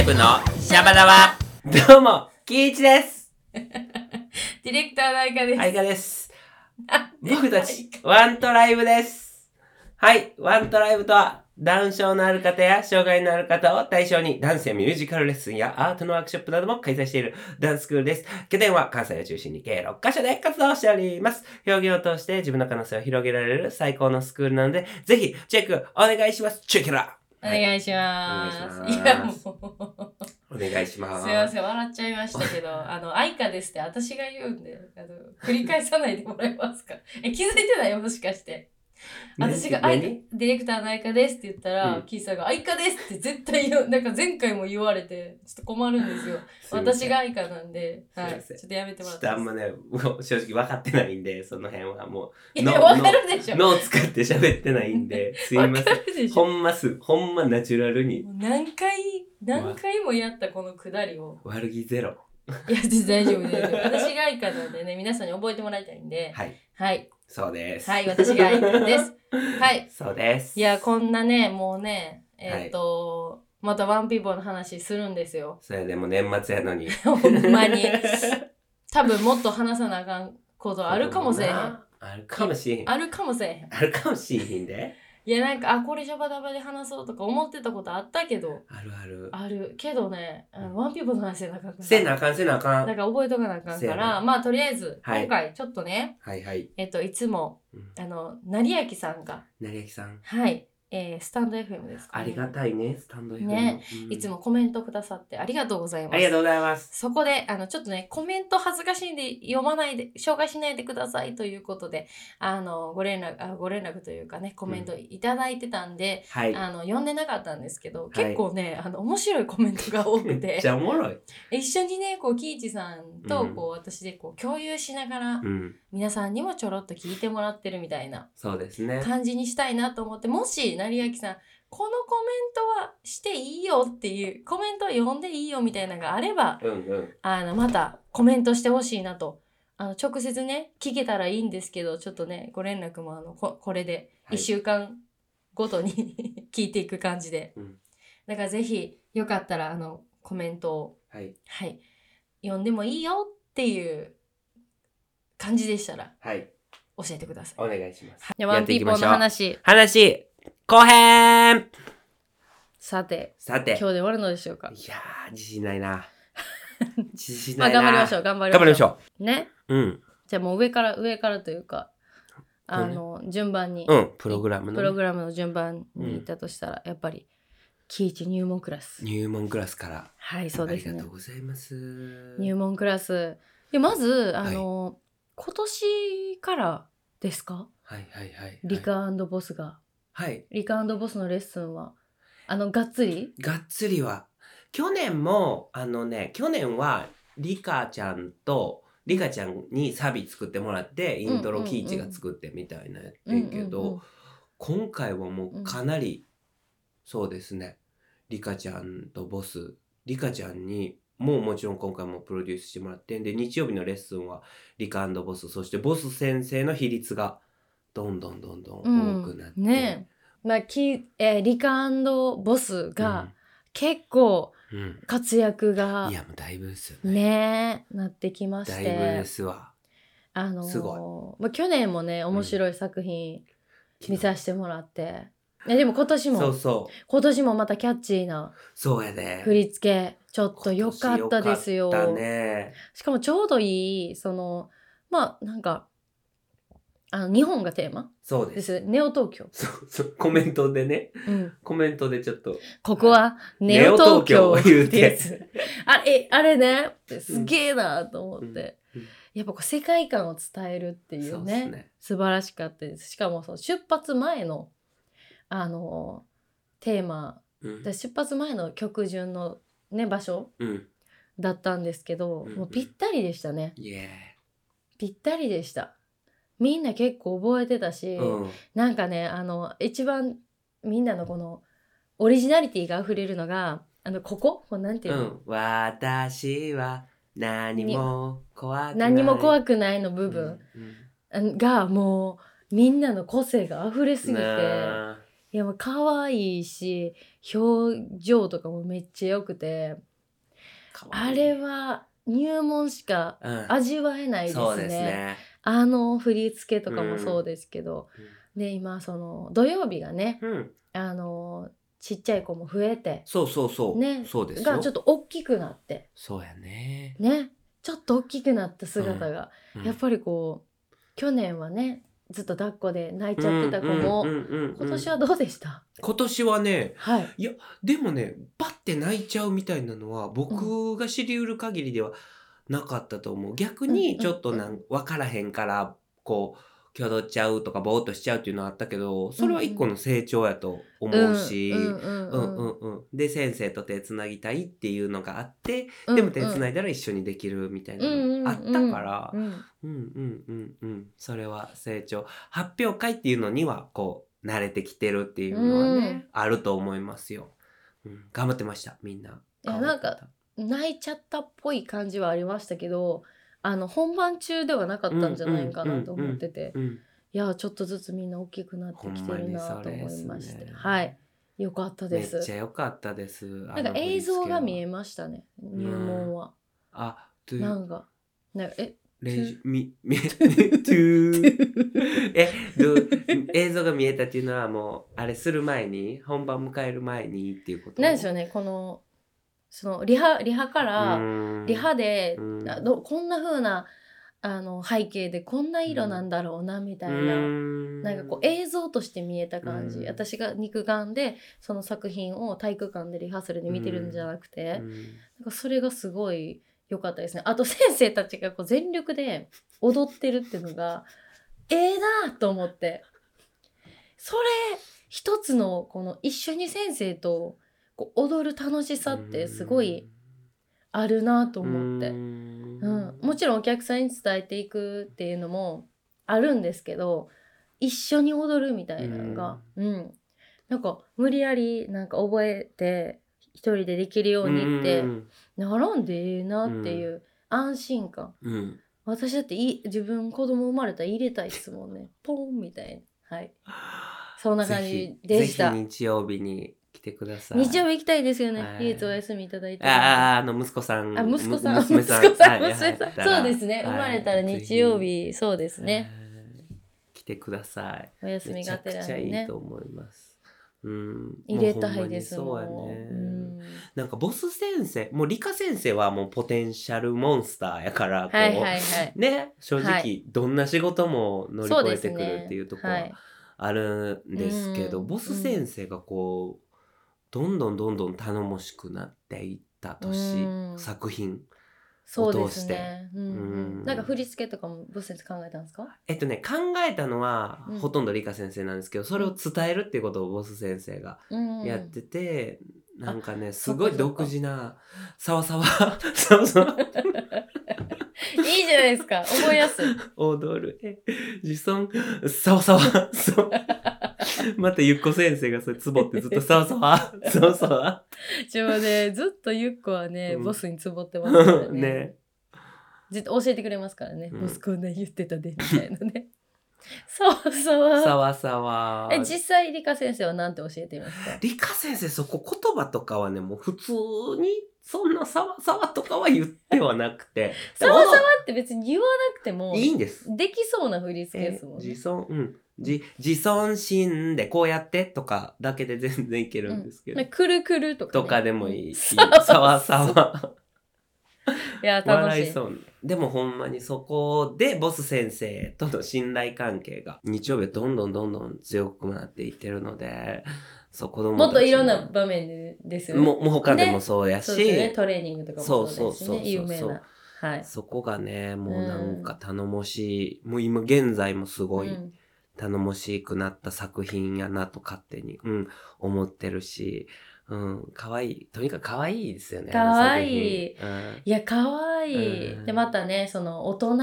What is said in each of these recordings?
イブのシャバダバどうも、キイチですディレクターの愛花です。アイカです僕たち、ワントライブですはい、ワントライブとは、ダウン症のある方や障害のある方を対象にダンスやミュージカルレッスンやアートのワークショップなども開催しているダンススクールです。拠点は関西を中心に計6カ所で活動しております。表現を通して自分の可能性を広げられる最高のスクールなので、ぜひチェックお願いします。チェックラお願いしまおす。願いいしますや、もう、お願いしますいません、笑っちゃいました けど、あの、愛花ですって私が言うんで、あの、繰り返さないでもらえま すか。え、気づいてないよ、もしかして。私が愛何花、ディレクターの愛花ですって言ったら、うんキーさんが愛花ですって絶対言う、なんか前回も言われて、ちょっと困るんですよ。 すいません私が愛花なんで、はい、すいませんちょっとやめてちもょらっってとあますんまね、もう 正直分かってないんで、その辺はもいのや、わかるでしう、ょ。脳を使って喋ってないん で、すいわまかせん。るでしょ。ほんます、ほんまナチュラルに、もう何回、何回もやったこのくだりを。悪気ゼロ。いや、大丈夫です。私が愛花なのでね、皆さんに覚えてもらいたいんで。はい、はい。そうです。はい、私が愛 花です。はい。そうです。いや、こんなね、もうね、えっ、と、またワンピーボーの話するんですよ。それでも年末やのに。ほん まに。多分もっと話さなあかんことあるかもせえへん。なあるかもしれへん。ああるかもせえへん。るかもしれへんで。いや、なんか、あ、これジャバダバで話そうとか思ってたことあったけど、あるある。あるけどね、あのワンピーボーの話せなあかんから。せなあかん、せなあかん。だから覚えとかなあかんせかやなら、まあとりあえず、はい今回ちょっとね、はいはい。えっと、いつも、うんあの、成明さんが、成明さん、はい、えースタンド FM ですかあね、りがたいね、スタンド FM ねうんいつもコメントくださってありがとうございます。ありがとうございます。そこで、あの、ちょっとね、コメント恥ずかしいんで読まないで、紹介しないでくださいということで、あの、ご連絡、あご連絡というかね、コメントいただいてたんで、はい。あの、読んでなかったんですけど、い結構ね、あの、面白いコメントが多く めてっち、ゃおもろい。一緒にね、こう、キイチさんと、うんこう、私でこう、共有しながら、うん。皆さんにもちょろっと聞いてもらってるみたいなそうですね。感じにしたいなと思ってもし成明さんこのコメントはしていいよっていうコメントは読んでいいよみたいなのがあればうんうん。あのまたコメントしてほしいなとあの直接ね聞けたらいいんですけどちょっとねご連絡もあのここれではい1週間ごとに 聞いていく感じで、うんだからぜひよかったらあのコメントを、はい。はい、読んでもいいよっていう感じでしたらはい。教えてください。お願いします。じゃあワンピーポーのやっていきましょう話、話、後編さて、さて、い今日で終わるのでしょうか。やー、自信ない な。自信なまあ、いな。頑張りましょう、頑張りましょ頑う。張りましょね。う。うん。じゃあもう上から、上からというか、あの、順番に、うん。プログラムのね、プログラムの順番にいったとしたら、やっぱり、キーチ入門クラス。入門クラスから。はい、そうですありがねとう。ございます。入門クラス。で、まず、あの、今年からですかはいはいはい。リカボスが。はい。リカボスのレッスンは、あの、がっつりがっつりは。去年も、あのね、去年は、リカちゃんと、リカちゃんにサビ作ってもらって、イントロキイチが作ってみたいなやってんけど、うんうんうん今回はもうかなり、そうですねリカちゃんとボスリカちゃんにもうもちろん今回もプロデュースしてもらってんで日曜日のレッスンはリカボスそしてボス先生の比率がどんどんどんどん多くなって、うん、ねえ、まあきえーリカボスうんが結構うん活躍がいやもうだいぶですよねねえなってきましだいぶでてすわあのーすごいまあ、去年もね面白い作品見させてもらって、えでも今年そうもそう今年もまたキャッチーなそうやで振り付けちょっと良かったですよ今年良かったねしかもちょうどいいそのまあなんかあの日本がテーマそうでですすネオ東京、そうそうコメントでねうん、コメントでちょっとここはネネオオ東東京京っをて言うてやつ。 あれ、あれね、すげえなと思ってうんうん。やっぱこう世界観を伝えるっていそうっすね、素晴らしかったです。しかもその出発前の、あの、テーマ、うんで出発前の曲順のね、場所うんだったんですけど、うんうんもうぴったりでしたね。イエぴったりでした。みんな結構覚えてたし、ーうんなんかねあの一番みんなのこのオリジナリティが溢れるのがあのこここうなんていううの、ん、私は何も怖くない何もく怖くないの部分、あのがもうみんなの個性が溢れすぎてなあいやもう可愛いし表情とかもめっちゃ良くてかわあいいれは入門しかうん味わえないですねそうですね。あの振り付けとかもそうですけど、で今その土曜日がねうん、あのちっちゃい子も増えてそうそうそう。ねそうですがよちょ。っと大きくなってそうやね。ねちょっと大きくなった姿が、うんやっぱりこう去年はねずっと抱っこで泣いちゃってた子も、うんうんうんうん今年はどうでした、今年はね、はいでもね、バッて泣いちゃうみたいなのは僕が知りうる限りではなかったと思う。逆うんうにんちょっとなん分からへんからこう挙動っちゃうとかぼーっとしちゃうっていうのはあったけど、それは一個の成長やと思うし。うんうんうううんんうんんうん、で先生と手つなぎたいっていうのがあって、でも手つないだら一緒にできるみたいなのがあったから、うんううんんうんうんうんそれは成長発表会っていうのにはこう慣れてきてるっていうのはね、うんあると思いますよ、うん、頑張ってましたみんないやなんか泣いちゃったっぽい感じはありましたけどあの本番中ではなかったんじゃないかなと思ってて、うんいやちょっとずつみんな大きくなってきてるなと思いまして、はいよかっためでっすちゃ良かったですななんか映像が見えるましたね入門は、あトゥなんかなんかえ練習みみトゥーえどう映像が見えたっていうのはもうあれする前に本番迎える前にっていうことなんでしょょうねこのそのリハリハからリハでうんあどこんな風なあの背景でこんな色なんだろうなみたいな。なんかこう映像として見えた感じ、うん私が肉眼でその作品を体育館でリハーサルで見てるんじゃなくて、なんかそれがすごい良かったですね。あと先生たちがこう全力で踊ってるっていうのが、ええなと思って。それ、一つのこの一緒に先生とこう踊る楽しさってすごいあるなとと思って。んうん。もちろんお客さんに伝えていくっていうのもあるんですけど、一緒に踊るみたいなのが、うん。なんか無理やりなんか覚えて一人でできるようにって、うん並んでええなっていう安心感、うん私だってい自分子供生まれたら入れたいですもんねポンみたいなはいそんな感じでしたぜひぜひ日曜日に来てください日曜日行きたいですよねはい唯一お休みいただいてるんであーあの息子さんあ息子さんむ 息娘子ささんん娘さん、はいそうですね、はい生まれたら日曜日そうですね、はい来てくださいお休みがてらにめちゃくちゃいねいと思います。うん、入れたいですもうもほんまにそうやんね、うんなんかボス先生もう理科先生はもうポテンシャルモンスターやからこう、はいはいはいね正直、はいどんな仕事も乗りそう越でえすてくるねっていうところははいあるんですけど、うんボス先生がこうどんどんどんどん頼もしくなっていった年、うん作品そうでを通すしてね、うんううんん、なんか振り付けとかもブス先生考えたんですかえっとね考えたのはうんほとんど理科先生なんですけど、それを伝えるっていうことをボス先生がうんやってて、なんかねすそっかごいそっか独自なさわさわ さわさわいいじゃないです か覚えやすい踊るえジソンさわさわそうまたゆっこ先生がそれツボってずっとさわさわさわさわ一応ねずっとゆっこはね、うんボスにつぼってますから ねねずっと教えてくれますからね、うんボスこんなん言ってたでみたいなねそうそうさわさわえ実際理科先生は何て教えていますか理科先生そこ言葉とかはねもう普通にそんなさわさわとかは言ってはなくてさわさわだって別に言わなくてもいいんですできそうな振り付けえですもん自ね尊うん自自尊心でこうやってとかだけで全然いけるんですけど、なんかくるくるとか、ね、とかでもいいし、さわさわさわいや楽笑しいいそうでもほんまにそこでボス先生との信頼関係が日曜日はどんどんどんどん強くなっていってるのでそう子供もっとたちいろもんな場面でですよねももう他でもそうやしそうですよねトレーニングとかもそうですしねそうそうそうそう有名なはい、そこがねもうなんか頼もしい、もう今現在もすごういん頼もしくなった作品やなと勝手に、うん、思ってるし、うん、かわいいとにかくかわいいですよねかわいいあの作品いや可愛いうんでまたねその大人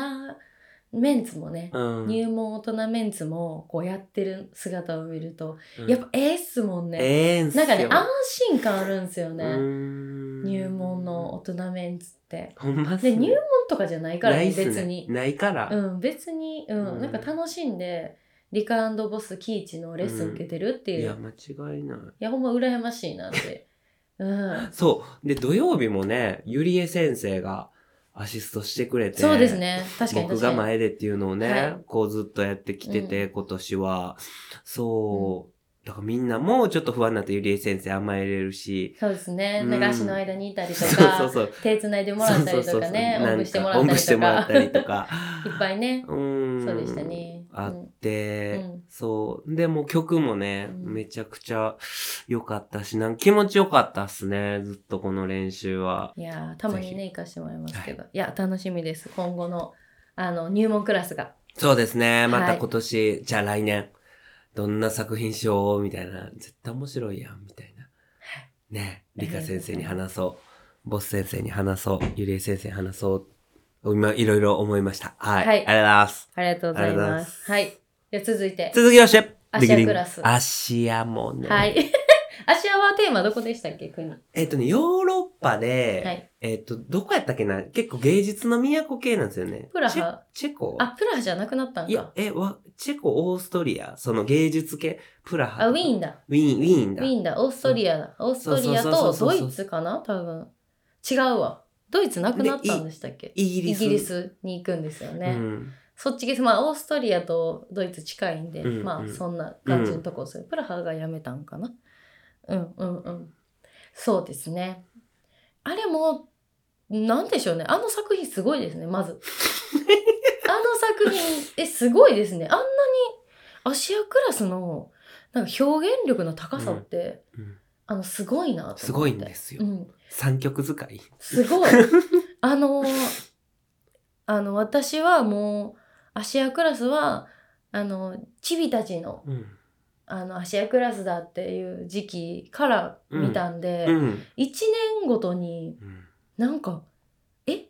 メンツもね、うん、入門大人メンツもこうやってる姿を見ると、うんやっぱええっすもんね、ええんすなよんかね安心感あるんですよね、うん入門の大人メンツってほんまっすでね入門とかじゃないから、ないね、っすね別に、ないから、うん別に、うんうんなんか楽しんでリカボスキイチのレッスン受けてるっていいう、やい間違いないやほんま羨ましい なって、うん、そうで土曜日もねゆりえ先生がアシストしてくれてそうですね確かに僕確がかに前でっていうのをね、はいこうずっとやってきてて、今年はそう、だからみんなもちょっと不安になってゆりえ先生甘えれるしそうですねうんなんか足の間にいたりとそう かそうそう手つないでもらったりとかねそうそうそうおんぶしてもらったりとかなんおんぶしてもらったりとか いっぱいね、うんそうでしたねあうんって、うんそうでもう曲もね、うんめちゃくちゃ良かったしなんか気持ちよかったっすねずっとこの練習はいやーたまにね行かしてもらいますけど、い、や楽しみです今後のあの入門クラスがそうですねまはたい今年、じゃあ来年どんな作品しようみたいな絶対面白いやんみたいなね理科先生に話そうボス先生に話そうゆりえ先生に話そう今いろいろ思いましたはい、はいありがとうございますありがとうございありがとうございまますはいじゃあ続いて続きまして芦屋クラスディグリン芦屋もね、はい 芦屋はテーマどこでしたっけ国はえっ、とねヨーロッパで、いえっ、と、どこやったっけな結構芸術の都系なんですよね。プラハチェチェコあプラハじゃなくなったいんやか、え、わ、チェコ、オーストリア、その芸術系、プラハ。あウィーンだウィーン。ウィーンウだ。ィーンだオーストリアだオーストリアそとうそうそうそうそうドイツかな多分違うわドイツなくなったんでしたっけイギイリス。ギリスに行くんですようね、ん。そっち系まあオーストリアとドイツ近いんで、うんうんまあそんな感じのとこですよ、プラハがやめたんかなうんうんうんそうですねあれもなんでしょうねあの作品すごいですね まずあの作品えすごいですねあんなにアシアクラスのなんか表現力の高さって、うんうんあのすごいなと思ってすごいんですよ。うん、三曲使い。すごい あのあの私はもうアシアクラスはあのチビたちのうん。あのアシアクラスだっていう時期から見たんで、うん。 1年ごとにうん。なんか「え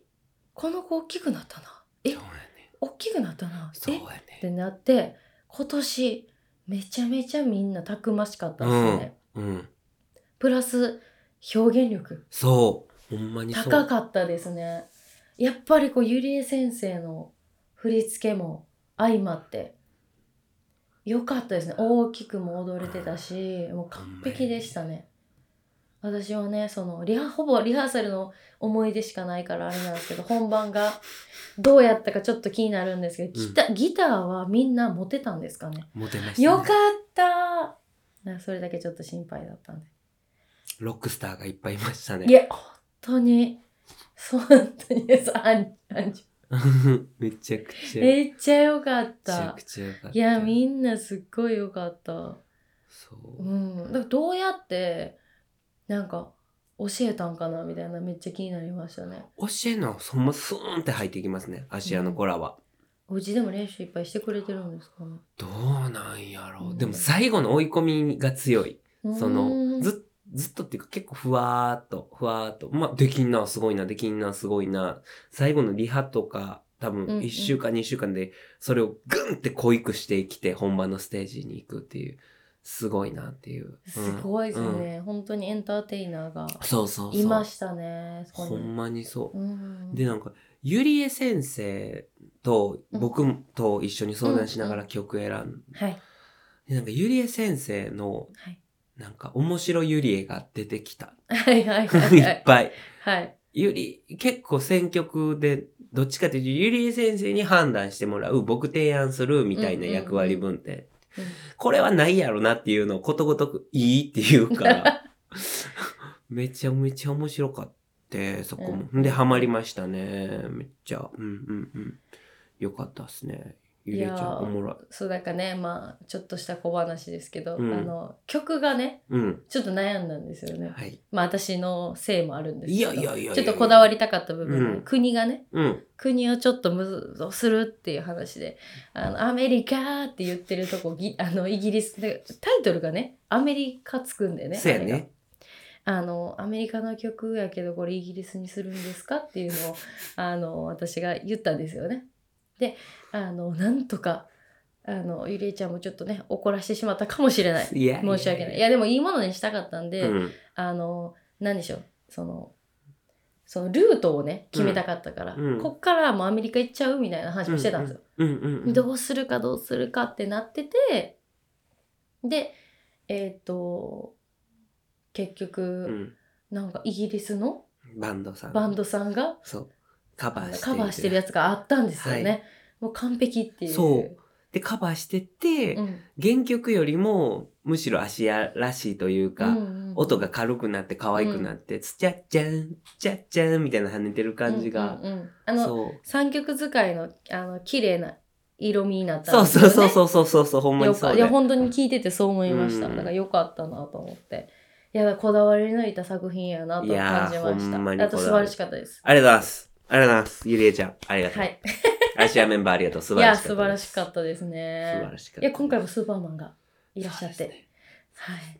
この子大きくなったな」「えそうやね。大きくなったな」そうえやっね。てなって今年めちゃめちゃみんなたくましかったですね。うん。プラス表現力そう。ほんまにそう。高かったですねやっぱりこうゆりえ先生の振り付けも相まって良かったですね大きくも踊れてたしもう完璧でしたね私はねそのリハほぼリハーサルの思い出しかないからあれなんですけど本番がどうやったかちょっと気になるんですけどギタ,、ギターはみんな持てたんですかねモテました、ね。よかったなそれだけちょっと心配だったんでロックスターがいっぱいいましたね。いや、本当に、そう、本当にです。あんあんじゅ めちゃくちゃ。めめっちゃ良かっちゃたく。ちゃよかった。いや、みんなすっごい良かった。そうう。ん。だからどうやって、なんか、教えたんかなみたいな、めっちゃ気になりましたね。教えのそんまスーンって入ってきますね。芦屋の子らは。お家でも練習いっぱいしてくれてるんですかね。どうなんやろう、うんでも最後の追い込みが強い。そうーのんずずっとっていうか結構ふわーっとふわーっとまあできんなすごいなできんなすごいな最後のリハとか多分うんうん1週間2週間でそれをグンって濃いくしてきて本番のステージに行くっていうすごいなっていう、すごいですうんね、本当にエンターテイナーがうんそうそうそういましたね。そほこにんまにそう、うんでなんかゆりえ先生と僕と一緒に相談しながら曲選ん、はい。でなんかゆりえ先生のはい。なんか面白ゆりえが出てきたはいはい はい いっはい。ぱいはい。ゆり、結構選曲で、どっちかというと、ゆりえ先生に判断してもらう、僕提案するみたいな役割分って、うんこれはないやろなっていうのをことごとくいいっていうから、 めちゃめちゃ面白かった、そこも。うんで、ハマりましたね。めっちゃ。うんうんうん。よかったっすね。ゆりえちゃいやん、ーおもろい。そうだからねまあちょっとした小話ですけど、うんあの曲がねうん。ちょっと悩んだんですよねはい。まあ私のせいもあるんですいけどやいやいやいやちょっとこだわりたかった部分、うん国がねうん。国をちょっとむずするっていう話で「あのアメリカ」って言ってるとこぎあのイギリスでタイトルがね「アメリカ」つくんでねそうやあれがね。あのアメリカの曲やけどこれイギリスにするんですかっていう のをあの私が言ったんですよね。であのなんとかあのゆりえちゃんもちょっとね怒らしてしまったかもしれないいや申し訳ないいややでもいいものにしたかったんで、うん。あの何でしょうそのそのルートをね決めたかったから、うんこっからもうアメリカ行っちゃうみたいな話もしてたんですよ。うんうんうん。どうするかどうするかってなっててでえっ、と結う局、んなんかイギリスのバンドさん。バンドさんがそう。カバーして。カバーしてるやつがあったんですよね。はもう完璧っていう。そうで、カバーしてて、うん原曲よりも、むしろ芦屋らしいというか、うんうん音が軽くなって可愛くなって、つちゃっちゃん、ちゃっちゃんみたいな跳ねてる感じが、うんうんうんあのそう三曲使いのあの綺麗な色味になったそんうですそうよそうね。そうそうそうそう、ほんまよにそかういでや。本当に聞いててそう思いました。うんだから良かったなと思って。いやこだわり抜いた作品やなと感じまいやーほしんまにこだわりた。あと素晴らしかったです。ありがとうございます。ありがとうございます。ゆりえちゃん、ありがとう。はい。芦屋メンバーありがとう。素い晴らやしかった。素晴らしかた。ったです素晴ね。らしかった。いや今回もスーパーマンがいらっしゃって、そうですねはい。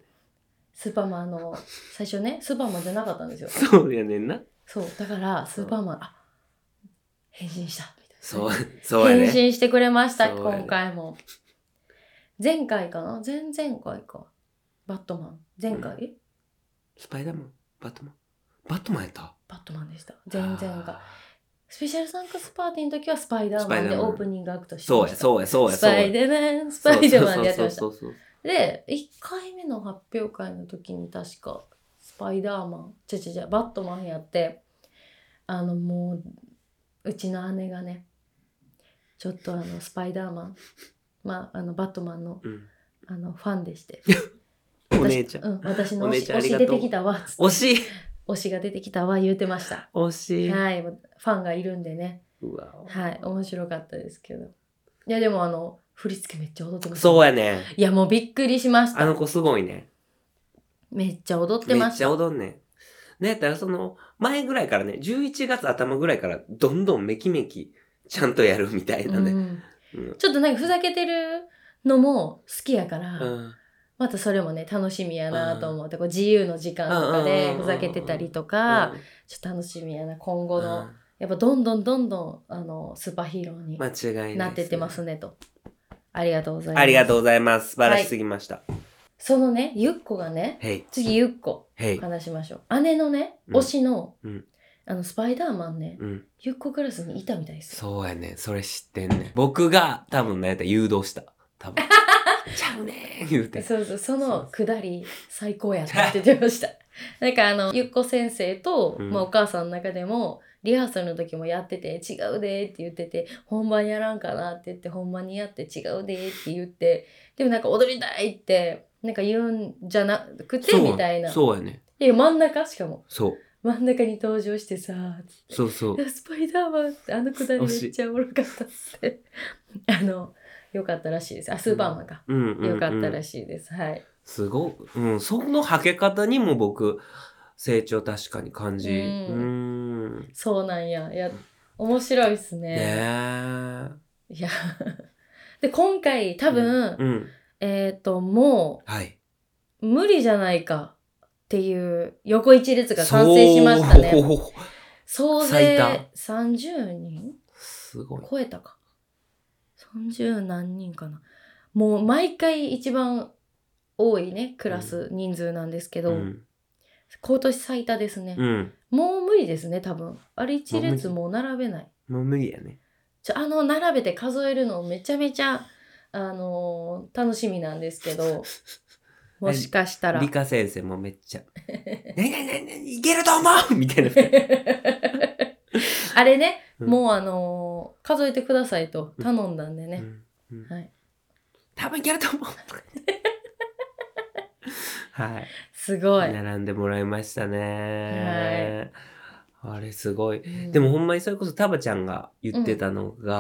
スーパーマンあの最初ねスーパーマンじゃなかったんですよ。そうやねんな。そうだからスーパーマンあ変身したみたいな。そう、そうやね。変身してくれました、そうやね今回も。前回かな前々回か。バットマン。前回、スパイダーマン、バットマン。バットマンやったバットマンでした。前々回。あスペシャルサンクスパーティーの時はスパイダーマンスパイダでーマンオープニングアクトーしてそうまや、した。そうや、そうや、スそうパイや。ダーマン、スパイダーマンでやってそうましたそ。うそうそう。で、1回目の発表会の時に確か、スパイダーマン、ちゃちゃちゃ、バットマンやって、あの、もう、うちの姉がね、ちょっとあの、スパイダーマン、まあ、あの、バットマンのうんあのファンでして。 お姉ちゃん。うん、私のお推姉しちゃん推しあり出がとうてきたわ、つって惜しい推しが出てきたわ、言うてました。惜しい。はい、ファンがいるんでね。うわはい、面白かったですけど。いや、でもあの、振り付けめっちゃ踊ってました。そうやね。いや、もうびっくりしましあのた。子すごいね。めっちゃ踊ってめまっしちた。ゃ踊んねん。なんやったらその、前ぐらいからね、11月頭ぐらいから、どんどんめきめき、ちゃんとやるみたいなうね。んうん。ちょっとなんかふざけてるのも好きやから、うん。またそれもね、楽しみやなと思って、こう自由の時間とかうんうんうんでうんふざけてたりとか、ちょっと楽しみやな、今後の。やっぱどんどんどんどん、あの、スーパーヒーローに間違いないですね。なってってますねと。ありがとうございます。ありがとうございます。素晴らしすぎました。そのね、ゆっこがね、へい、次ゆっこへい。話しましょう。姉のね、うん推しの、うんあのスパイダーマンね、うん。ゆっこクラスにいたみたいですよ。そうやね。それ知ってんね。僕が、多分なんやったら誘導した。多 分。ちゃうねー言うて。そうそう、そそうのくだり最高やったって言って ました。なんかあの、ゆっこ先生と、うんまあ、お母さんの中でも、リハーサルの時もやってて、違うでーって言ってて、本番やらんかなって言って、本番にやって違うでーって言って、でもなんか踊りたいって、なんか言うんじゃなくてみたいな。そうやね。いや真ん中しかもそう。真ん中に登場してさそうそうい。やスパイダーマンってあのくだりめっちゃおもろかったっつってあのよかったらしいですあスーパーマンか、うんうん、うん。よかったらしいですはいすごい。うん、そのはけ方にも僕、成長確かに感じ。ううんーん。ねそうなんやいや面白いっすねえ。いや で今回多分、うん。えっ、ともはい。う無理じゃないかっていう横一列が完成しましたねそう総最勢多30人すごい。超えたか30何人かなもう毎回一番多いねクラス人数なんですけうど、ん。今年最多ですね、うん。もう無理ですね多分あれ一列ももう並べないもう無理やね。ちょあの並べて数えるのめちゃめちゃあのー楽しみなんで すけどもしかしたら理科先生もめっちゃ。 ねねねねいけると思うみたいな。あれね、うんもうあのー数えてくださいと頼んだんでね、うんうんはい多分いけると思う。 はい。すごい、並んでもらいましたね。あれすごい。うんでもほんまにそれこそタバちゃんが言ってたのが、うん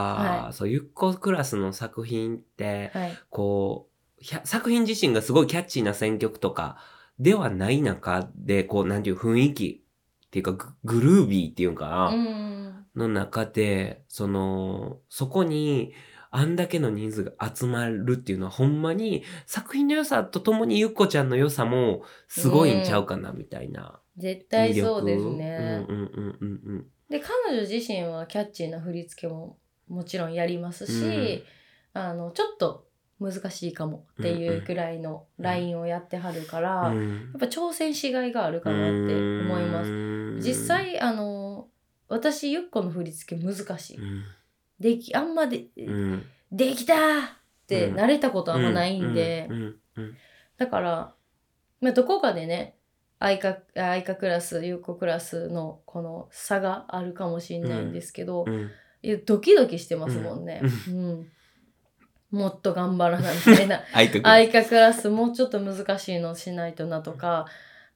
はそう、ゆっこクラスの作品って、はいこう、ひゃ作品自身がすごいキャッチーな選曲とかではない中で、こう、なんていう雰囲気っていうか、ググルービーっていうかな、うんの中で、その、そこに、あんだけの人数が集まるっていうのは、ほんまに、作品の良さとともにゆっこちゃんの良さも、すごいんちゃうかな、みたいな。絶魅対力そうですね、うんうんうんうんうん。で彼女自身はキャッチーな振り付けももちろんやりますし、うんあのちょっと難しいかもっていうぐらいのラインをやってはるから、うやんっぱ挑戦しがいがあるかなって思います。す実際あの私ゆっこの振り付け難しいうんできあんまで、うんできたーってうん慣れたことあんまないんで、うんうんうんだから、まあ、どこかでね愛花愛花クラス優子クラスのこの差があるかもしれないんですけど、うんいやドキドキしてますもんね、うんもっと頑張らなみたいな愛 とくん愛花クラスもうちょっと難しいのしないとなとか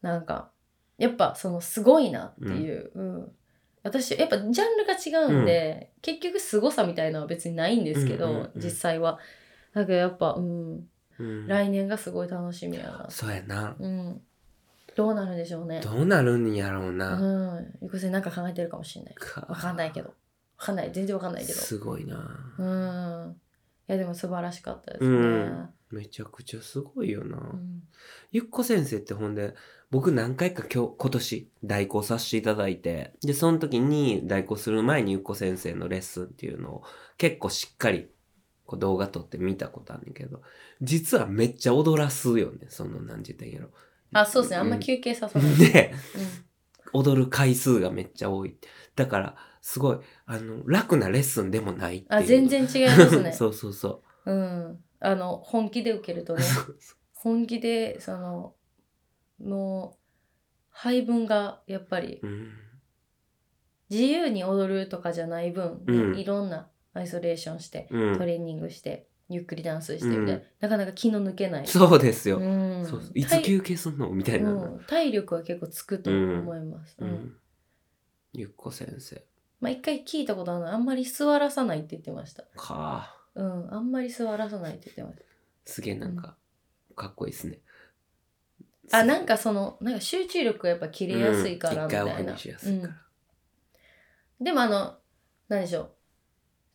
なんかやっぱそのすごいなっていう、うん私やっぱジャンルが違うんで、結局すごさみたいのは別にないんですけど、うんうんうん実際はだけどやっぱうんうん来年がすごい楽しみやなそうやなうんどうなるんでしょうねどうなるんやろううな、んゆこせんなんか考えてるかもしれないわかんないけどわかんない全然わかんないけどすごいな、うんいやでも素晴らしかったですね、うんめちゃくちゃすごいよな、うんゆっこ先生ってほんで僕何回か今日今年代行させていただいてでその時に代行する前にゆっこ先生のレッスンっていうのを結構しっかりこう動画撮って見たことあるんだけど実はめっちゃ踊らすよねその何時点やろあそうですねあんまうん休憩 させない、うんで踊る回数がめっちゃ多いってだからすごいあの楽なレッスンでもないっていうあ全 然違いますね、そうそうそうん、あの本気で受けるとうね本気でそのもう配分がやっぱりうん自由に踊るとかじゃない分、うんいろんなアイソレーションしてうんトレーニングしてゆっくりダンスしてみたいな、うんなかなか気の抜けないそうですよ、うんそうそういつ体休憩すんのみたいな、うん体力は結構つくと思います、ううんんゆっこ先生まあ一回聞いたことあるのあんまり座らさないって言ってましたかあうんあんまり座らさないって言ってましすげえなんか、かっこいいっすねたあなんかそのなんか集中力がやっぱ切れやすいからうんみたいな、一回お話しやすいかうら、んでもあの何でしょう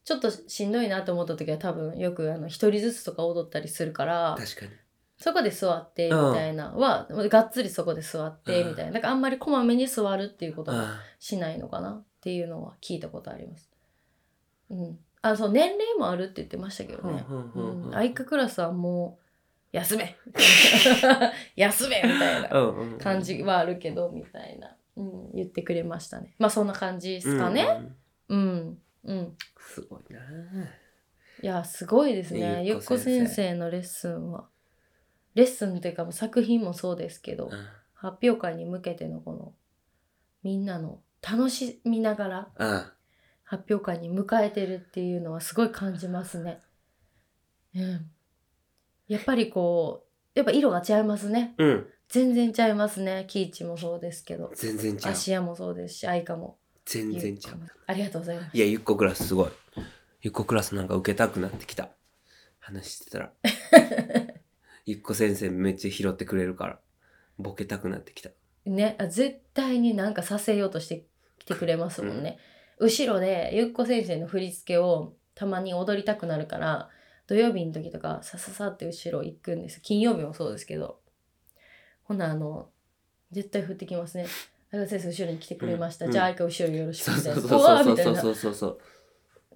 ちょっとしんどいなと思った時は多分よくあの一人ずつとか踊ったりするから確かにそこで座ってみうんたいなは、がっつりそこで座ってうんみたいななんかあんまりこまめに座るっていうことはあしないのかなっていうのは聞いたことあります。うん、あそう年齢もあるって言ってましたけどね。うん、愛花クラスはもう休め 休めみたいな感じはあるけどみたいな、うん、言ってくれましたね。まあそんな感じでですかね。うん、うん、すごいないやすごいですね。ゆゆっっここ先先生生のレッスンはレッスンというかもう作品もそうですけど、うん発表会に向けてのこのみんなの楽しみながらうん発表会に迎えてるっていうのはすごい感じますね。うん、やっぱりこうやっぱ色が違いますねうん全然違いますねキイチもそうですけど全然ちゃう芦屋もそうですし愛花も全然ちゃゆううこもありがとうございますいやゆっこクラスすごいゆっこクラスなんか受けたくなってきた話してた らゆっこ先生めっちゃ拾ってくれるからボケたくなってきたねあ絶対になんかさせようとしてきてくれますもんね、後ろでゆっこ先生の振り付けをたまに踊りたくなるから土曜日の時とかさささって後ろ行くんです金曜日もそうですけどほなあの絶対振ってきますね「高橋先生後ろに来てくれました、うんじゃあ相手後ろよろしく」そうみたいそうそな「ううわーそみうたいそうなそうそうそう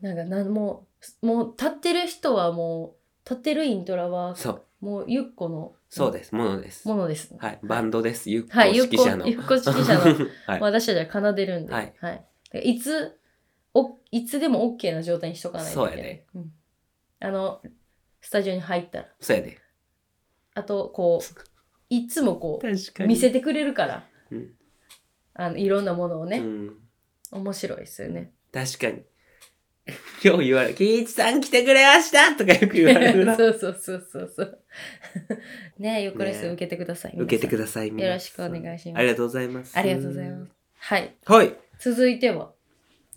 なんかなんもうもう立ってる人はもう立ってるイントラはそうもうゆっこのそうですものですものです、はい、バンドです。ゆっこはい、ゆっ指揮こ者の。ゆっこ指 揮者の はいまあ、私たちは奏でるんで、ははいいでいつおいつでも OK な状態にしとかないといけそないうやでんあのスタジオに入ったらそうやで。あとこういつもこ確う見せてくれるから、うんあのいろんなものをうね、ん。面白いですよね。確かに。 今日言われ、キイチさん来てくれましたとかよく言われるな。 そうそうそうそうそう。 ねえ、ゆっこレッスンね受けてください。受けてくだださい。よろしくお願いしますありがとうございます。ありがとうございます。。はい、はい。続いては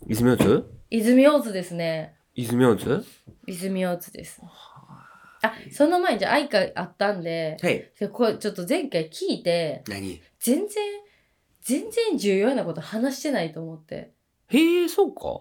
泉大津泉大津ですね。泉大津泉大津です。あ、その前にじゃあ愛花あったんで、はい。でこれちょっと前回聞いて何全然全然重要なこと話してないと思ってへえ、そうか。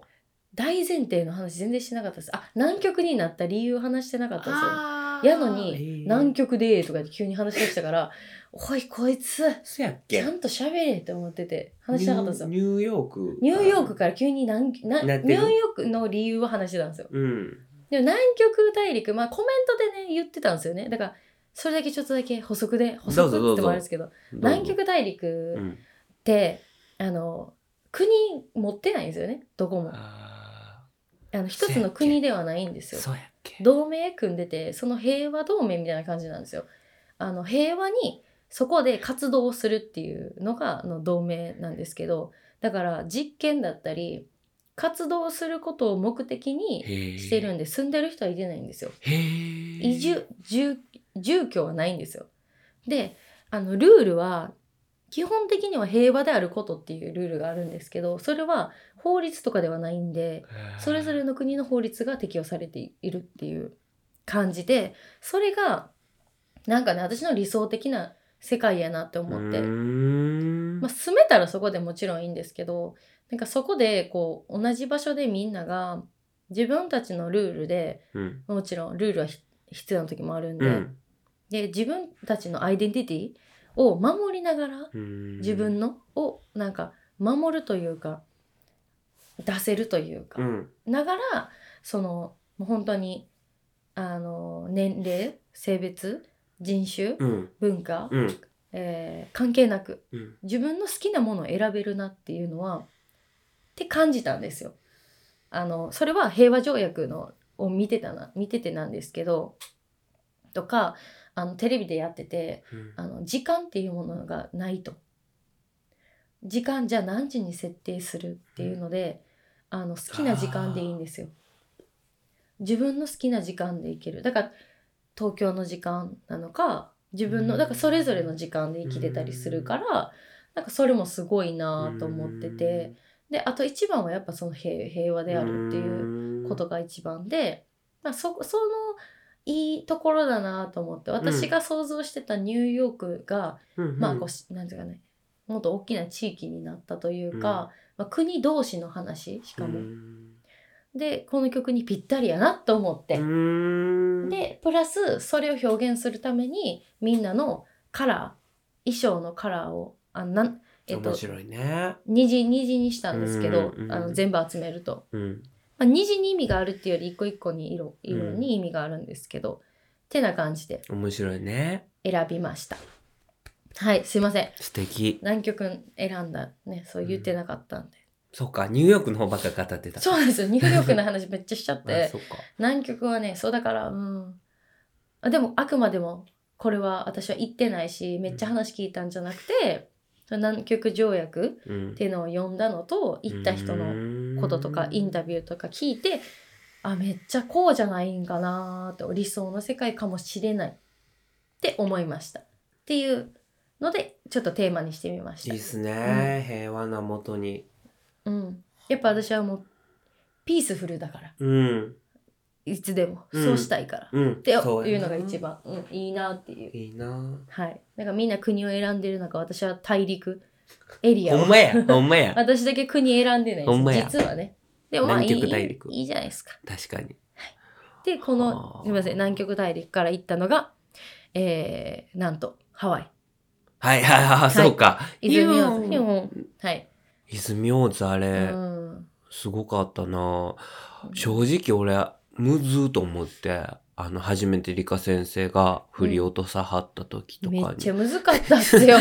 大前提の話全然してなかったですあ南極になった理由話してなかったですよあやのに南曲極でーとかで急に話してきたから「おいこいつそやっちけゃんと喋れ」って思ってて話してなかったですよニューニューヨーク。ニューヨークから急に南極なニなュってーるヨークの理由を話してたんですようん。でも南極大陸まあコメントでね言ってたんですよねだからそれだけちょっとだけ補足で補足って言ってもあれですけど南南極大陸うん。であの国持ってないんですよねどこもああの一つの国ではないんですーよそうやっけ同盟組んでてその平和同盟みたいな感じなんですよあの平和にそこで活動をするっていうのがあの同盟なんですけどだから実験だったり活動することを目的にしてるんんで住んでる人はいてないんですよへー移住住住居はないんですよであのルールは基本的には平和であることっていうルールがあるんですけどそれは法律とかではないんでそれぞれの国の法律が適用されているっていう感じでそれがなんかね私の理想的な世界やなって思って、まあ、ま住めたらそこでもちろんいいんですけどなんかそこでこう同じ場所でみんなが自分たちのルールでうんもちろんルールはひ必要な時もあるんで,、うんで自分たちのアイデンティティを守りながらうん自分のをなんか守るというか出せるというかう、んながらそのもう本当にあの年齢性別人種うん文化、うんえー関係なくうん自分の好きなものを選べるなっていうのはって感じたんですよ。あのそれは平和条約のを見てたな見ててなんですけどとかあのテレビでやっててうんあの時間っていうものがないと時間じゃあ何時に設定するっていうので、あの好きな時間でいいんですよ自分の好きな時間でいけるだから東京の時間なのか自分の、うんだからそれぞれの時間で生きてたりするから、なんかそれもすごいなと思ってて、であと一番はやっぱその平平和であるっていううことが一番で、まあ、そそのいいところだなと思って私が想像してたニューヨークが、まあこうしなんていうかねもっと大きな地域になったというか、うんまあ、国同士の話しかも、うんでこの曲にぴったりやなと思って、うんでプラスそれを表現するためにみんなのカラー衣装のカラーをあなん、えっと面、白いね虹虹にしたんですけど、うんうんうんあの全部集めると。うんまあ、虹に意味があるっていうより一個一個に色色に意味があるんですけど、てな感じで面白いね選びましたはいすいません素敵南極選んだねそう言ってなかったんで、そうかニューヨークの方ばっか語ってたそうなんですよニューヨークの話めっちゃしちゃっあてそうか南極はねそうだからうんあでもあくまでもこれは私は行ってないしめっちゃ話聞いたんじゃなくて、その南極条約うんっていうのを読んだのと行った人のこととかインタビューとか聞いてあめっちゃこうじゃないんかなと理想の世界かもしれないって思いましたっていうのでちょっとテーマにしてみましいいたっ、すね、平和なもとにうん、やっぱ私はもうピースフルだからうんいつでもうんそうしたいから、うんっていうそうやなのが一番、うん、いいなっていういいなはいだからみんな国を選んでる中私は大陸エリアをほんまやほんま や私だけ国選んでないほんまやです実はねでもまあいい南極大陸いいじゃないですか確かにでこあのーすみません南極大陸から行ったのが、えー、なんとハワイはいはいはい、いそうか泉いや大ー津はい、泉大津あれ、うんすごかったな正直俺むずーと思ってあの初めて理科先生が振り落とさはった時とかめに、っちゃ難かったっすよ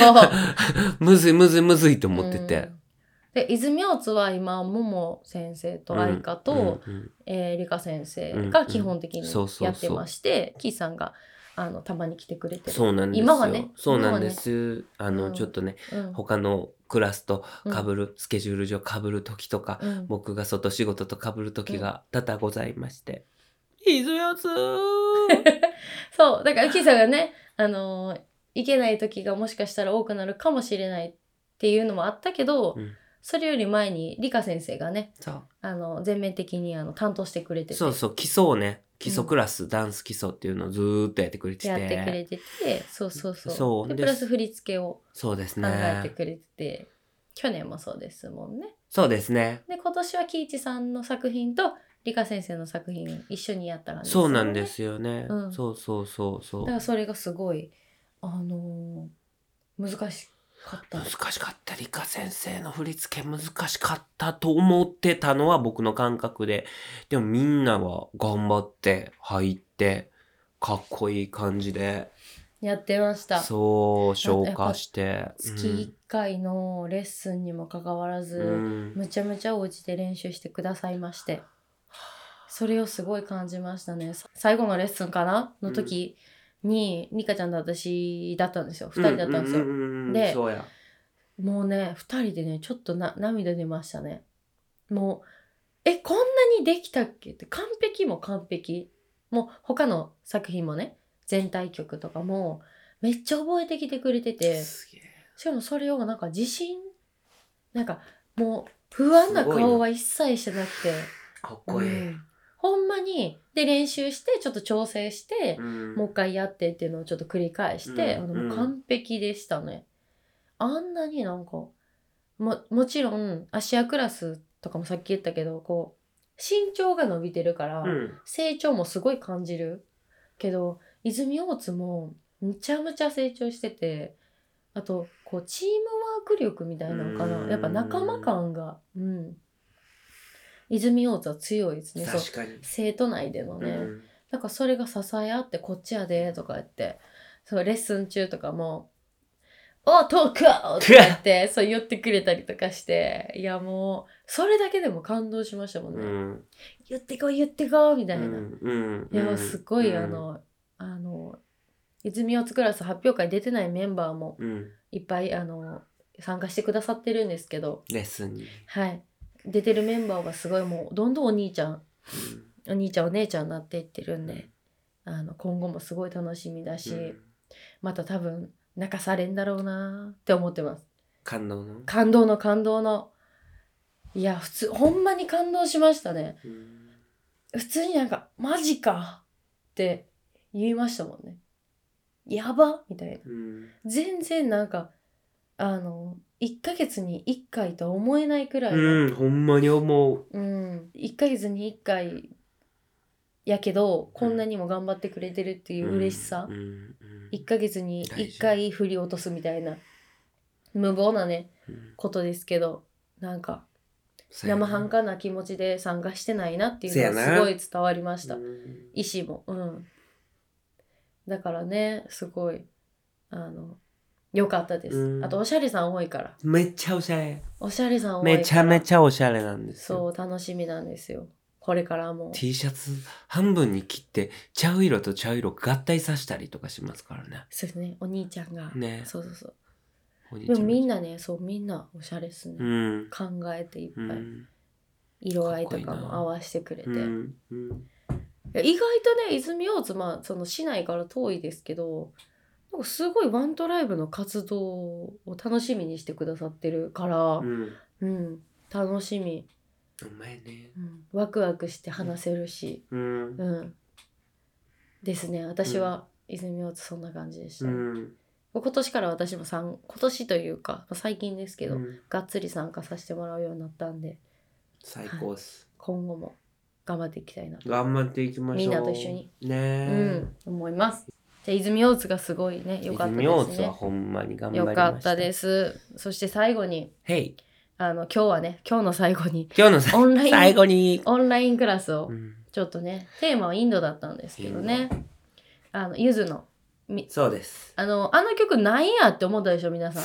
むずいむずいむずいと 思っててう、んで泉大津は今もも先生と愛花と、うんうんえー理科先生が基本的うんうんそうにそうそうやってまして、キーさんがあのたまに来てくれてるそうなんですよ今はねそうなんです、あの、うんちょっとねうん他のクラスとうん被る、スケジュール上被る時とか、うん僕が外仕事と被る時が多々ございまして「いずや つーそうだからキーさんがね、あのー行けない時がもしかしたら多くなるかもしれないっていうのもあったけど、うんそれより前に理科先生がねそうあの全面的にあの担当してくれててそうそう基礎をね基礎クラス、ダンス基礎っていうのをずーっとやってくれててやってくれててそうそうそうそうででプラス振り付けをそうです考えてねくれてて、去年もそうですもんねそうですねで今年は喜一さんの作品と理科先生の作品一緒にやった感じそうなんよねですよね、うんそうそうそうそだかうらそれがすごいあのー難しかった難しかった理科先生の振り付け難しかったと思ってたのは僕の感覚ででもみんなは頑張って入ってかっこいい感じでやってましたそう消化して月1回のレッスンにもかかわらず、うんむちゃむちゃお家で練習してくださいましてそれをすごい感じましたねさ最後のレッスンかなの時に、リカちゃんと私だったんですよ2人だったんですよ、ううううんでそうやもうね2人でねちょっとな涙出ましたねもうえこんなにできたっけって完璧も完璧もう他の作品もね全体曲とかもめっちゃ覚えてきてくれててすげえしかもそれをなんか自信なんかもう不安な顔は一切してなくてかっこいい、うんほんまにで練習してちょっと調整して、うんもう一回やってっていうのをちょっと繰り返して、うんあのもう完璧でしたね、あんなになんかももちろんアシアクラスとかもさっき言ったけどこう身長が伸びてるから、うん成長もすごい感じるけど泉大津もむちゃむちゃ成長しててあとこうチームワーク力みたいなのかうーなんやっぱ仲間感がうん泉大津は強いですねそう確かに、生徒内でのね、うんなんかそれが支え合ってこっちやでとか言ってそうレッスン中とかも「おうトークアウト!」とか言ってそう言ってくれたりとかしていやもうそれだけでも感動しましたもんね、うん言ってこい言ってこいみたいな、うんいやすごい、うんあのあの泉大津クラス発表会出てないメンバーもうん、いっぱいあの参加してくださってるんですけどレッスンに、はい出てるメンバーはすごいもうどんどんお兄ちゃんお兄ちゃんお姉ちゃんになっていってるんであの今後もすごい楽しみだし、うんまた多分泣かされんだろうなって思ってます感動の、感動の感動のいや普通ほんまに感動しましたねうん普通になんか「マジか!」って言いましたもんね。やばみたいな。うん全然なんかあの1ヶ月に1回とは思えないくらいの、うん、ほんまに思ううん、1ヶ月に1回やけどこんなにも頑張ってくれてるっていう嬉しさ、うんうん1ヶ月に1回振り落とすみたいな無謀なねうんことですけどなんかそうやな生半可な気持ちで参加してないなっていうのせがやなすごい伝わりましたう。ん意思もうんだからねすごいあの良かったです、うんあとおしゃれさん多いからめっちゃおしゃれおしゃれさん多いからめちゃめちゃおしゃれなんですよそう楽しみなんですよこれからも T シャツ半分に切って茶色と茶色合体させたりとかしますからねそうですねお兄ちゃんが、ねそうそうそうお兄ちでゃもみんななねそうみんなおしゃれっすね、うん考えていっうぱい、ん色合いとかかっこいいもな合わせてくれて、うんうんいや意外とね泉大津まあその市内から遠いですけどなんかすごいワントライブの活動を楽しみにしてくださってるから、うんうん、楽しみ、お前ねうん、ワクワクして話せるし、うんうん、ですね私は泉大津そんな感じでした、うん今年から私も参今年というかまあ最近ですけど、うんがっつり参加させてもらうようになったんで最高っす今後も頑張っていきたいなと、頑張っていきましょうみんなと一緒にねうえん、思いますじゃあ泉大津がすごいね良かった泉大です津はねほんまに頑張り良ましたかったですそして最後にへいあの今日はね今日の最後 に今日のさオンライン最後にオンラインクラスをうんちょっとねテーマはインドだったんですけどイねンあのゆずのそうです あのあの曲なんやって思ったでしょ 皆さん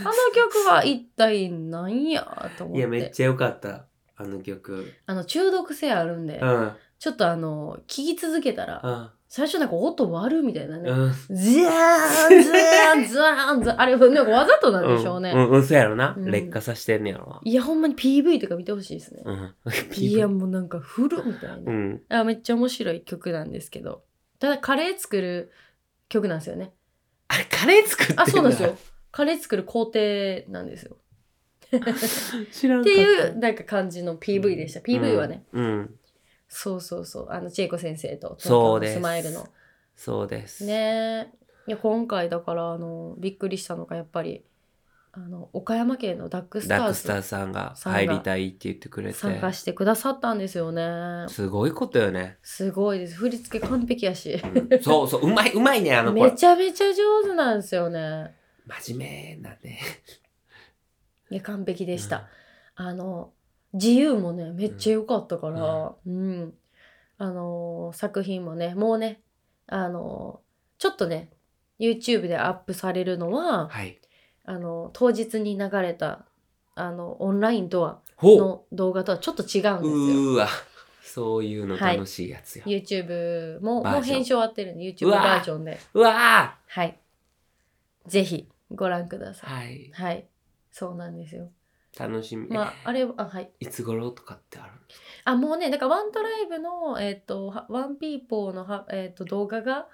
あの曲は一体なんやと思いっやめってちゃ良かったあの曲あの中毒性あるんで、うんちょっとあの聞き続けたらうん最初なんか音割るみたいなね、うんズワーンズワーンズワーンズワーンあれなんかわざとなんでしょうね、うん、うん、そうやろな。うん劣化させてんねやろいやほんまに PV とか見てほしいですね、な。 うん。いやもうなんかフルみたいな、うん。あめっちゃ面白い曲なんですけどただカレー作る曲なんですよねあれ、カレー作ってんだあ、そうなんですよ。。カレー作る工程なんですよ。知らんっかてった。いう、なんか感じの PV でした。PV はね、うん。うん。そうそうそう、あの、千恵子先生と、そうですスマイルの。そうです。。ねえいや、今回だから、あの、びっくりしたのが、やっぱり、あの、岡山県のダックスタダッークスタズーさんが入りたいって言ってくれて。参加してくださったんですよね。すごいことよね。すごいです。振り付け完璧やし。うんそうそう、うまい、うまいね、あの子めら。ちゃめちゃ上手なんですよね。真面目なね。いや、完璧でした。あの自由もねめっちゃ良かったから、うんあのー作品もねもうねあのーちょっとね YouTube でアップされるのははい。あの当日に流れたあのオンラインとはほの動画とはちょっと違う。うんですよ。うーわ。そういうの楽しいやつよ。 YouTube もバもーうジョン編集終わってるんで YouTube うわーバージョンでうわはいぜひご覧くだーさいはい。はいそうなんですよ楽しみ。まああれあはいいつ頃とかってあるあもうねだからワントライブのえっ、とはワンピーポーのは、えっと動画が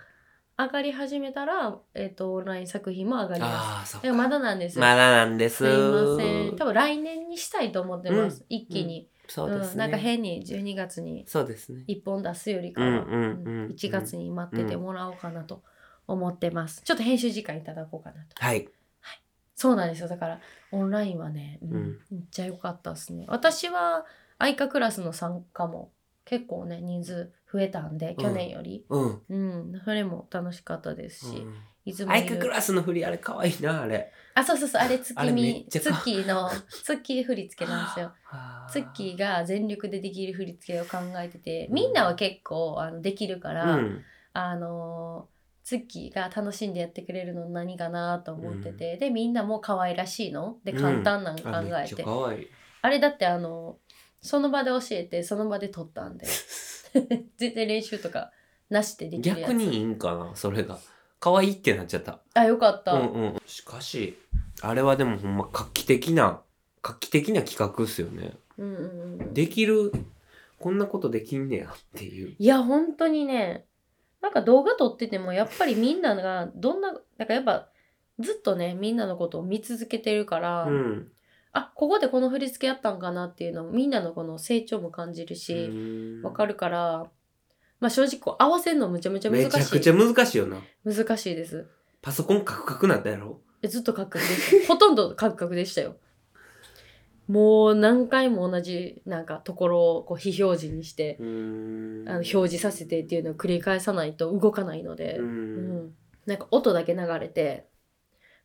上がり始めたらえっ、とオンライン作品も上がりますああー、そっでか。もままだだなんですよ、なんです。すいません多分来年にしたいと思ってます、一気に、そうですね。ん、なんか変に12月にそうですね。一本出すよりかは、うんうんうんうん1月に待っててもらおうかなと思ってます、ちょっと編集時間いただこうかなとはい。そうなんですよだからオンラインはね、うんうんめっちゃ良かったですね私は愛花クラスの参加も結構ね人数増えたんでうん去年より、うん。うんそれも楽しかったですし、うんいつもアイいカクるラスの振りあれ可愛いなあれ。あそうそうそうあれ月あれめっ見ちゃ可 月の月振り付けなんですよあーツッキーが全力でできる振り付けを考えててみんなは結構あのできるから、うんあのツッキーが楽しんでやってくれるの何かなと思ってて、でみんなも可愛らしいのでうん簡単なの考あめっえちて、ゃ可愛い。あれだってあのその場で教えてその場で撮った んで全然練習とかなしでできるやつ逆にいいんかなそれが。可愛いってなっちゃった。あよかった、うんうん。しかし、あれはでもほんま画期的な、画期的な企画っすよね。うんうんうん、できる、こんなことできんねやっていう。いや本当にねなんか動画撮っててもやっぱりみんながどんななんかやっぱずっとねみんなのことを見続けてるから、うん。あここでこの振り付けやったんかなっていうのもみんなのこの成長も感じるしわ、かる。るから、まあ、正直こう合わせるのむちゃむちゃ難しいめちゃくちゃ難しいよな。難しいですパソコンカクカクなったやろえずっとカクカクで したほとんどカクカクでしたよもう何回も同じなんかところをこう非表示にしてうんあの表示させてっていうのを繰り返さないと動かないのでう、。うんんなんか音だけ流れて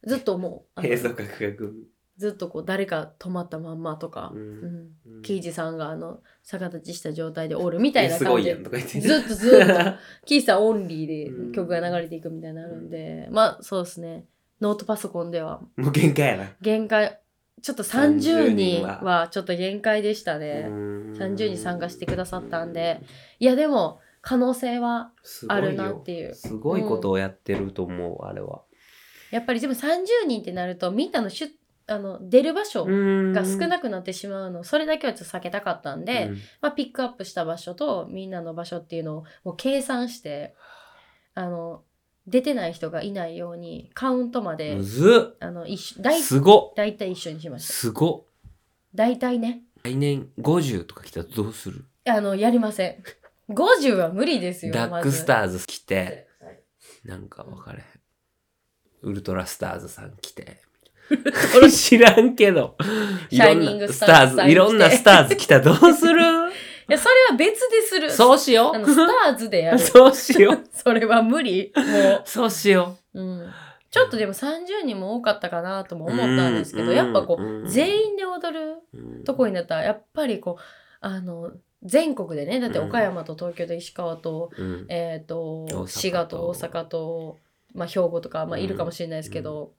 ずっともうあの映像カクカク。ずっとこう誰か止まったまんまとか、ううんんキイジさんがあの逆立ちした状態でおるみたいなすご感いじやんでとか言って。ずっとずっとキイジさんオンリうーんで曲が流れていくみたいになるんで、まあそうですねノートパソコンでは もう限界やな。限界ちょっと30 30人人ははちょっと限界でしたね、 30 30人参加してくださったんで、いやでも可能性はあるなっていうすごいよすごいことをやってると思う、あれは。やっぱりでも30人ってなるとみんなのしゅあの出る場所が少なくなってしまうの、それだけはちょっと避けたかったんで、うんまあ、ピックアップした場所とみんなの場所っていうのをもう計算してあの出てない人がいないようにカウントまでむずあの一緒っ大すごっ大体一緒にしましたすごっ大体ね来年50とか来たらどうするあのやりません50は無理ですよダックスーターズ来て、なんか分かれへん。ウルトラスターズさん来て。知らんけど。いシャろイんニングなススタターズーさズ、ん来ていろんなスターズ来たらどうする いやそれは別でするそうしよあのスターズでやう。るそうしよう。 それは無理もそうしよう。う、うん、ちょっとでも30人も多かったかなとも思ったんですけどうんやっぱこうんう全員で踊るとこになったらやっぱりこうあの全国でねだってうん岡山と東京と石川と,、うんえー、大阪とと滋賀と大阪と、まあ、兵庫とか、まあ、いるかもしれないですけど、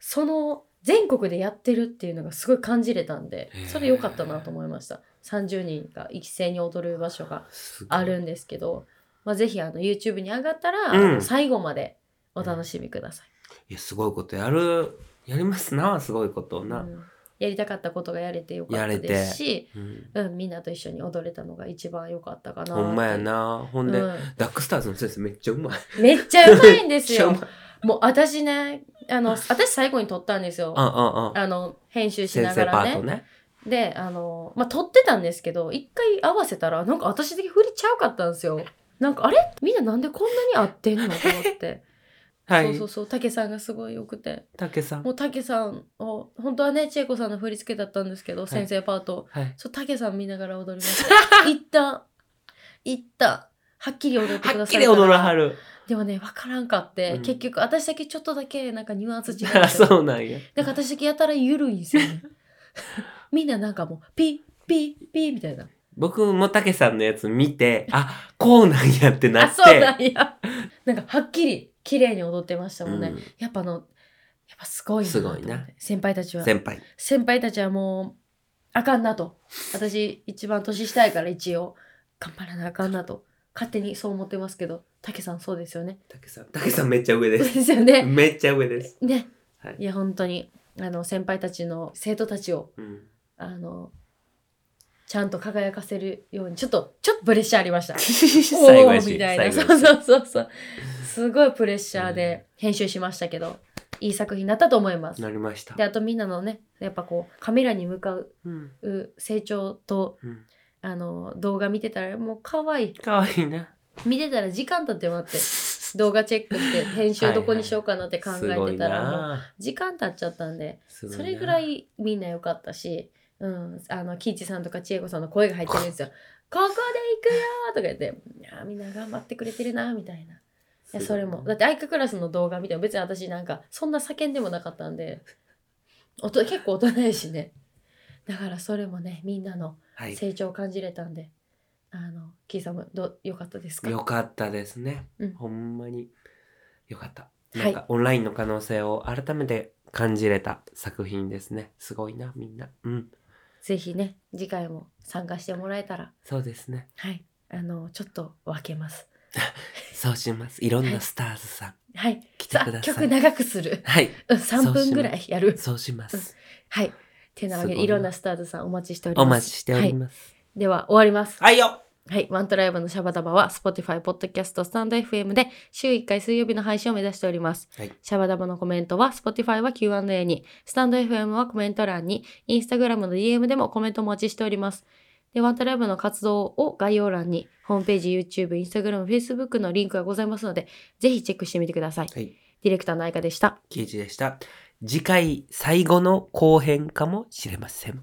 その全国でやってるっていうのがすごい感じれたんでへーそれ良かったなと思いました30人が一斉に踊る場所がすごいあるんですけど、まあ、ぜひあの YouTube に上がったら、うん最後までお楽しみください、いやすごいことやるやりますなすごいことをな、うんやりたかったことがやれてよかったですしうんうん、みんなと一緒に踊れたのが一番良かったかなっていう。ほんまやなほうんん。で、ダックスターズの先生めっちゃうまいめっちゃうまいんですめ よっちゃうまい。もう私ね、あの、私最後に撮ったんですよ。あああああの、編集し先な生がパらートね。ねで、あの、まあ、撮ってたんですけど、一回合わせたら、なんか私的に振りちゃうかったんですよ。なんか、あれみんななんでこんなに合ってんのと思って。 はいそうそうそう、竹さんがすごい良くて。竹さんもう竹さんを、本当はね、千恵子さんの振り付けだったんですけど、い先生パート。はいそう、たけさん見ながら踊り ました。一旦、一旦、はっきり踊ってくはっださきい。り踊らはるでもね、わからんかって、うん結局、私だけちょっとだけ、なんかニュアンス違うあ そうなんやなんか私だけやたら緩いんですよ ね。みんななんかもう、ピッ、ピッ、ピッみたいな。僕も竹さんのやつ見てあこうなんやってなあ、っそうなてんや。なんか、はっきり、綺麗に踊ってましたもんね、うんやっぱあのやっぱすごいなすごいなと思って先輩たちは先輩。先輩たちはもうあかんなと私一番年下やから一応頑張らなあかんなと勝手にそう思ってますけど武さんそうですよね竹さん。竹さんめっちゃ上で。そうですすよねめっちゃ上です。ね、はいいや本当にあの先輩たちの生徒たちをうん。 あのちゃんと輝かせるようにちょっとちょっとプレッシャーありまし た最後おやーし。みたいな最後そやうしそうそうそうすごいプレッシャーで編集しましたけど、いい作品になったと思いますなりましたで。あとみんなのねやっぱこうカメラに向かううん。成長とうん。あの動画見てたらもう可愛い可愛いな。見てたら時間経ってもらって動画チェックして編集どこにしようかなって考えすごいてたらもうな。時間経っちゃったんですごなそれぐら。いみんな良かったし、うん、あのキイチさんとか千恵子さんの声が入ってるんで すよ「ここで行くよ!」とか言って「いやーみんな頑張ってくれてるな」みたいな。いやそれもだってアイククラスの動画見ても別に私なんかそんな叫んでもなかったんでおと結構大人やしねだからそれもねみんなのはい。成長を感じれたんで、あのキイさんもどうよかったですかよかったですね。うんほんまによかった。はなんいかオンラインの可能性を改めて感じれた作品ですね。すごいな、みんな。うん。ぜひね次回も参加してもらえたらそうですね。はいあのちょっと分けますそうします。いろんはないスターズさん、はい来てさくだあさい。曲長くするはい。うん3分ぐらいやるそうします。はいてなわすけごでいないろんなスターズさんお待ちしておりまおす待ちしておりはます。い、では終わりますはい、よはい。ワントライブのシャバダバは Spotify、Podcast、スタンド FM で週1回水曜日の配信を目指しております。はいシャバダバのコメントは Spotify は Q&A に、スタンド FM はコメント欄に、Instagram の DM でもコメントお待ちしております。で、ワントライブの活動を概要欄に、ホームページ、YouTube、Instagram、Facebook のリンクがございますので、ぜひチェックしてみてください。はい。ディレクターの愛花でした。キイチでした。次回最後の後編かもしれません。